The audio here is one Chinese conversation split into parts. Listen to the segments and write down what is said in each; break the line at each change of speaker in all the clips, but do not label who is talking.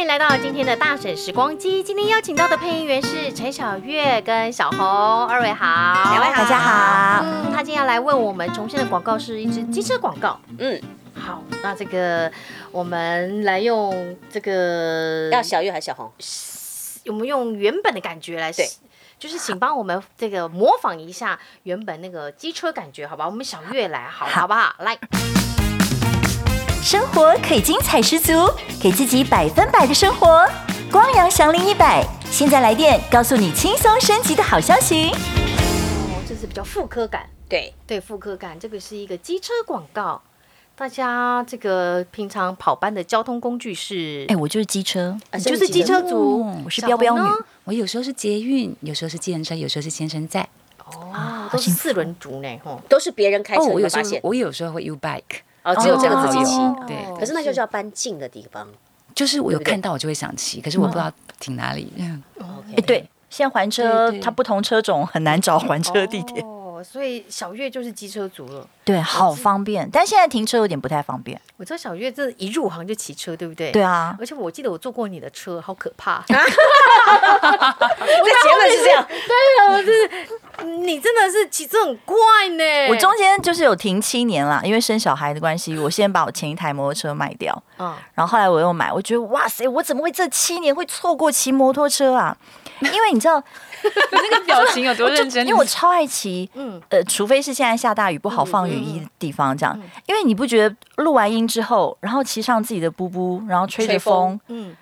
迎来到今天的大婶时光机。今天邀请到的配音员是陈小月跟小红，二位好，
两位好大家好
嗯，他今天要来为我们重现的广告是一支机车广告。
嗯，
好，那这个我们来用这个
要小月还是小红？
我们用原本的感觉来，
对，
就是请帮我们这个模仿一下原本那个机车感觉，好吧？我们小月来，好，好不好？来，
生活可以精彩十足，给自己百分百的生活。光阳祥林一百，现在来电告诉你轻松升级的好消息。
哦，这是比较复刻感，
对，
对，复刻感，这个是一个机车广告。大家这个平常跑班的交通工具是，
哎，我就是机车，
啊
你就是机车族，
嗯我是
小
彪彪
红呢
女
我有时候是捷运，有时候是计程车，有时候是先生在。
哦，都是四轮族呢，吼，
啊
都是别人开车，
哦，我
有
有时
发
候
现
我有时候会 U bike，
哦，只有这个自己骑。
哦
对
可是那就叫搬近的地方。
就是我有
对不对
看到我就会想骑，可是我不知道停哪 里。嗯
OK，
哎，对，现在还车
对对
它不同车种很难找还车地点，
哦，所以小月就是机车族了。
对，好方便。但现在停车有点不太方便。
我知道小月这一入行就骑车，对不对？
对啊，
而且我记得我坐过你的车，好可 怕。
这结论是这 样。
你真的是骑车很快呢。
我中间就是有停七年啦，因为生小孩的关系，我先把我前一台摩托车卖掉，
啊，
然后后来我又买，我觉得哇塞，我怎么会这七年会错过骑摩托 车啊？因为你知道，
你那个表情有多认 真
因为我超爱骑，
嗯
呃，除非是现在下大雨不好放雨衣的地方这样，
嗯
因为你不觉得录完音之后，然后骑上自己的布布，然后吹着
吹风
风，
嗯，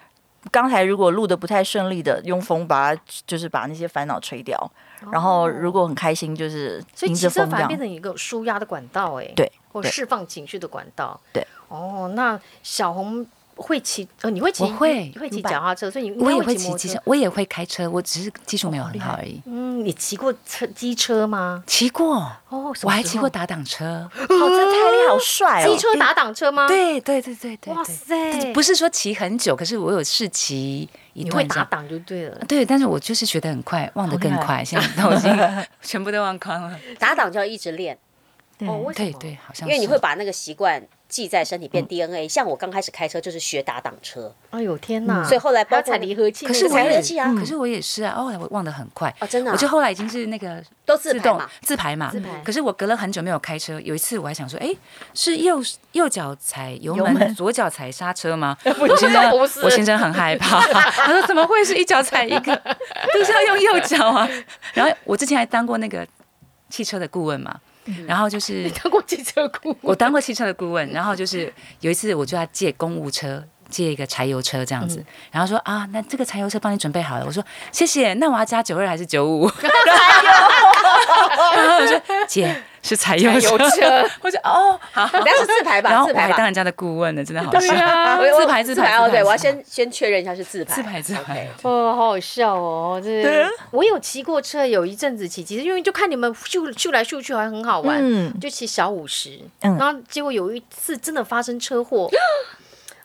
刚才如果录的不太顺利的，用风把它就是把那些烦恼吹掉，然后如果很开心，就是
哦所以
迎
骑
着
车
风这
反而
样
变。成一个舒压的管道，哎，
对，
或
对
释放情绪的管道。
对，
哦，那小红会骑，呃，你会骑，
我会
你会骑
明白
脚踏车，所以你
我也
应该
会
骑
骑
摩托
机
车
车，。我也会开车，我只是技术没有很好而已。
嗯，你骑过车机车吗？
骑过，
哦，什
我
么
还
时
骑
候
过打挡车。
好，这泰利好帅哦
机！车打挡车吗？，
对对对对对
啊哇
对，
塞，
不
是
是说骑很久，可是我有试骑一
你会
段这
打
样。
挡就对了。
对，但是我就是学得很快，忘得更
好厉
快。现在都已 经全部都忘光了。
打挡就要一直练，
哦，为什
对
么？
对，好像
因为你
是嗯
会把那个习惯记在身体变 DNA。像我刚开始开车就是学打挡车，
哎呦天
嗯
哪！
所以后来
还
包
要
括
踩离合器那
可
个
是
东西，
我
才
也
和气啊
嗯可是我也是啊，哦，我忘得很快
哦真的啊
我就后来已经是那个
都自
自
拍
动
嘛。
自排嘛，
自排
可是我隔了很久没有开车，有一次我还想说，哎，是右右脚踩油
油
门，
门
左脚踩刹车吗？我先生，我先生很害怕，他说怎么会是一脚踩一个， 都是要用右脚啊。然后我之前还当过那个汽车的顾问嘛，然后就是
当过机车库。
我当过汽车的顾问，然后就是有一次我就要借公务车，借一个柴油车这样
嗯
子，然后说啊，那这个柴油车帮你准备好了，我说谢谢，那我要加九二还是 九五？柴油，然后我说姐是柴油车，我说哦好，
但是自拍
然
吧，
后
自
我还
拍
当
吧。啊
人家的顾问呢，真的好笑，
我我
自拍自拍
哦，
自拍
对，我要
自拍
先先确认一下是自拍。
自拍自
OK
拍。
哦，好好笑哦！这
啊
我有骑过车，有一阵子骑，其实因为就看你们咻咻来咻去，还很好玩，
嗯
就骑小五十，
嗯
然后结果有一次真的发生车祸。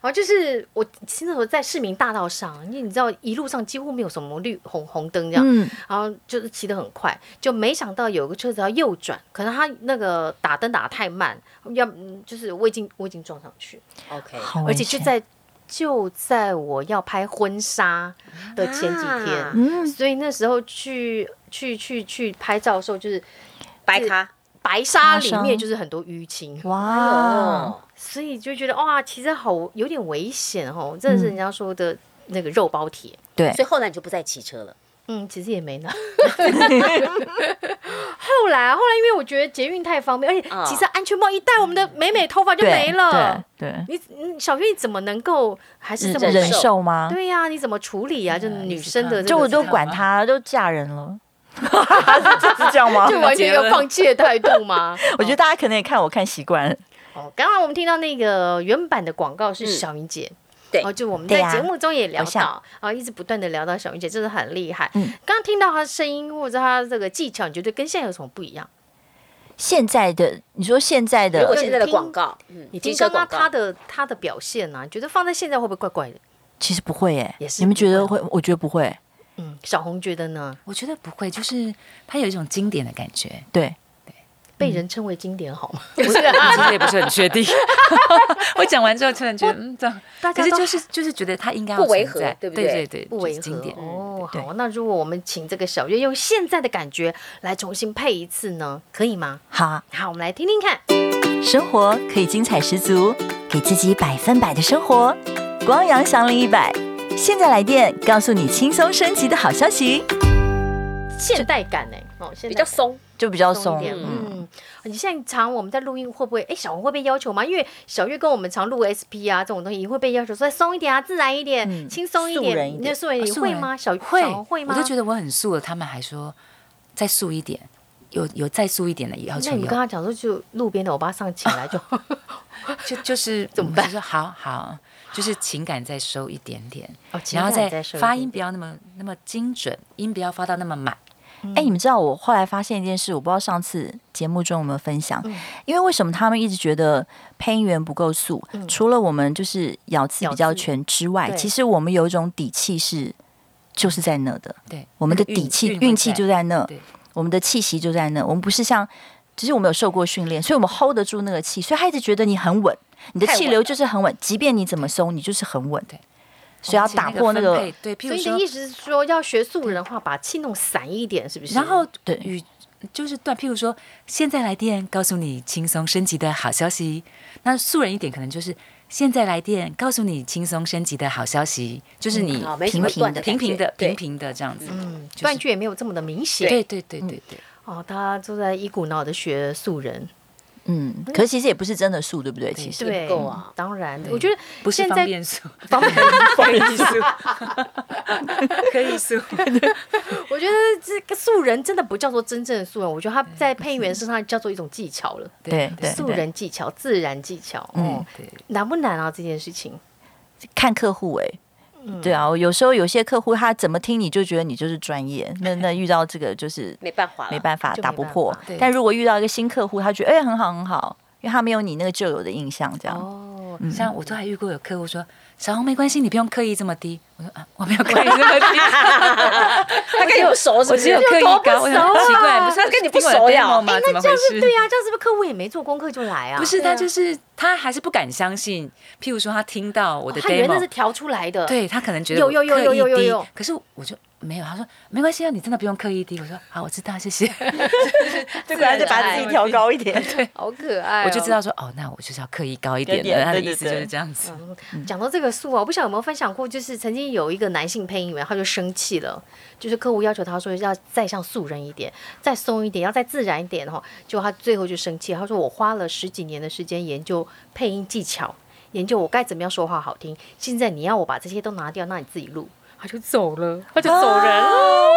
然后就是我骑那时候在市民大道上，因为你知道一路上几乎没有什么绿红红灯这样，
嗯，
然后就是骑得很快，就没想到有个车子要右转，可能他那个打灯打得太慢，要嗯就是我已经我已经撞上去，
OK，
好危
而且就
险
在就在我要拍婚纱的前几天，
啊
啊嗯
所以那时候去去去去拍照的时候，就是
白咖。
白沙
擦
里
伤
面就是很多淤青，哎
哇，
哦，
啊
所以就觉得哇，其实好有点危险哦，真的是人家说的那个肉包铁。
对
所以后来你就不再骑车了。
嗯，其实也没呢。后来啊，后来因为我觉得捷运太方便，而且
啊
其实安全帽一戴，我们的美美头发就
对
没了。
对对
你你小月你怎么能够还是这么
忍忍
美？
受吗？
对呀、你怎么处理啊？就
啊
女
你是
生的
怕
这
就
个
我都
知道
管
吗
他，都嫁人 了，是这样 吗？
就完全一个
结论
放弃的态度吗？
我觉得大家可能也看我看习惯了，
哦，刚刚我们听到那个原版的广告是小云姐。
对
哦，就我们
对
在
呀
节目中也聊
我
到，
想
啊、一直不断的聊到小云姐，真的很厉害。
嗯
刚刚听到她的声音或者她这个技巧，你觉得跟现在有什么不一样？
现在的你说现在
如果
的，
现在的广告，嗯，
你
机
听
车
刚刚
广告
她的她的表现啊，你觉得放在现在会不会怪怪的？
其实不会耶
也，是
你们觉得
不
会？我觉得不会，
嗯，小红觉得呢？
我觉得不会，就是它有一种经典的感觉，
对，
被人称为经典好 吗？
我其实也不是很确定。 我讲完之后，突然觉得，嗯，这样，
大
可
家
是
都
就是就是觉得它应该要
不违
存
和
在
对不
对？
对
对对，
不
就是
违和
经典。
哦。
对
好，那如果我们请这个小月用现在的感觉来重新配一次呢，可以吗？
好啊，
好，我们来听听看。
生活可以精彩十足，给自己百分百的生活。光阳祥林一百，现在来电告诉你轻松升级的好消息，
现代感哎、哦，现
比
代
较
感
松，
就比较
松
松
一。点。
嗯，
嗯，你现在常我们在录音会不会？哎，小红会被要求吗？因为小月跟我们常录 SP 啊这种东西，会被要求说松一点啊，自然一点，
嗯
轻松一
素人
点。
一
你的
点
素人你
啊哦素
会
人
吗？小
会
小红会吗？
我都觉得我很素了，他们还说再素一点，有有再素一点的也要
那
求
你们跟
有，
他讲说，就路边的欧巴上前来 就
就就是
怎么办
我就说好好，就是情感再收一点点，
哦情
然后
感再
再
收一
发
点
音不要那么那么精准，音不要发到那么满。
哎、你们知道我后来发现一件事，我不知道上次节目中有没有分享，因为为什么他们一直觉得配音员不够素？除了我们就是咬字比较全之外
咬，字对
其实我们有一种底气是就是在那的，
对，
我们的
那个
底气
运
运气
会
就在那
对，
我们的气息就在那，我们不是像。只是我们有受过训练，所以我们 hold 得住那个气，所以他一直觉得你很稳，你的
太
气
稳
流
了
就是很稳，即便你怎么松，你就是很稳。
对，
所以要
而且
打破那个
分配对，譬
所以
如
你
说
的意思是说，要学素人话，把气弄散一点，是不是？
然后
对
与就是断，譬如说，现在来电告诉你轻松升级的好消息。那素人一点，可能就是现在来电告诉你轻松升级的好消息，就是你
啊没什
平
么
平
断的
平平的
感觉
平平的这样子。
嗯，
就是
断句也没有这么的明显。
对对对对对，
哦，他就在一股脑的学素人，
嗯，可是其实也不是真的素，对不对？其实
也
对，
不够啊
当然，
对
我觉得
不是
现
方
在
便素，
方便
方便素，可以素。
我觉得这个素人真的不叫做真正的素人，我觉得他
嗯
在配音员身上叫做一种技巧了，
对对
素人技巧、自然技巧，
嗯
嗯，
对，
难不难啊？这件事情，
看客户哎、
嗯
对啊，我有时候有些客户他怎么听你就觉得你就是专业，那那遇到这个就是
没办法了
没办法
就没
打不
办
破
法。
对
但如果遇到一个新客户，他觉得哎、很好很好，因为他没有你那个旧有的印象，这样、
哦，
像我都还遇过有客户说：“小红没关系，你不用刻意这么低。” 我说：“啊，我没有刻意这么低。”
他跟你不熟是不
我只
是？
有刻意高，我
熟啊
想奇怪，不是
他跟你不熟呀
呀？吗？怎么
这
回
样
事
是？对啊，这样是不是客户也没做功课就来啊？
不是，
对啊
他就是他还是不敢相信。譬如说，他听到我
哦，
的
他以为那是
demo，
调出来的，，
对他可能觉得
有
我
有有
刻
有
意
有有
低
有
可是我就没有。他说没关系啊，你真的不用刻意低。我说好，我知道，谢谢。
对，果然就把自己调高一点。
对，
好可爱哦
我就知道说哦，那我就是要刻意高一点
有
的。
点
他的
对
意思
对
就
对
是这样子。
嗯讲到这个素啊，我不晓得有没有分享过，就是曾经有一个男性配音员，他就生气了，就是客户要求他说要再像素人一点，再松一点，要再自然一点哦。结果他最后就生气了，他说我花了十几年的时间研究配音技巧，研究我该怎么样说话好听，现在你要我把这些都拿掉，那你自己录。他就走了，他就走人了。
啊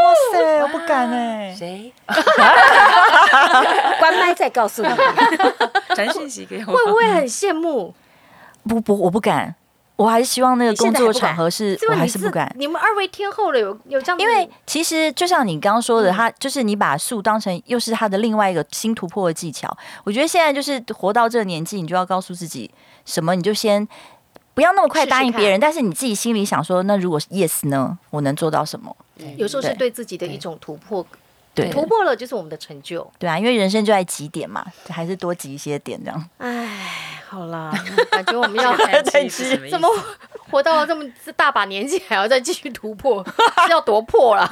哇塞，我不敢哎、
谁
关麦再告诉你，
传讯息给 我？
会不会很羡慕？
不不，我不敢，我还是希望那个
你现
工
在
作
还不敢
场合是
这，个
我还
你
是不敢。
你们二位天后了，有有这样子？
因为其实就像你刚刚
嗯
说的，他就是你把树当成又是他的另外一个新突破的技巧。我觉得现在就是活到这个年纪，你就要告诉自己什么，你就先不要那么快
试试
答应别
看
人，但是你自己心里想说，那如果是 yes 呢，我能做到什么？
有时候是
对
对自己的一种突破，
对
突破了就是我们的成就。
对啊，因为人生就在几点嘛，还是多挤一些点这样。
唉，好 啦，感觉我们要
叹气是什么意思
怎么 活到了这么大把年纪，还要再继续突破，是要多破 啦？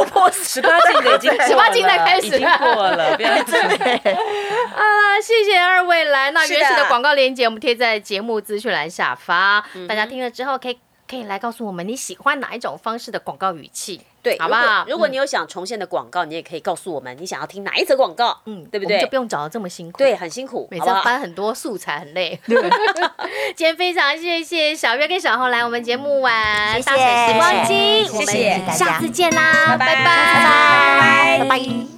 我破十八禁的已经
十八禁的
过了
开始
已经过了，不要真的。
啊，谢谢二位来。那
是的嗯
原始的广告链接我们贴在节目资讯栏下方，大家听了之后可以可以来告诉我们你喜欢哪一种方式的广告语气，
对，
好不好？嗯
如果如果你有想重现的广告，你也可以告诉我们你想要听哪一则广告，
嗯，
嗯，对不
我们
对
就？不用找的这么辛苦。
对，。很辛苦，
每
好
次
不
要
好？
搬很多素材，很累。 今天非常谢谢小月跟小红来我们节目玩，
谢谢
大婶时光机，我
谢谢
们下次见啦，
拜拜
拜拜
拜拜。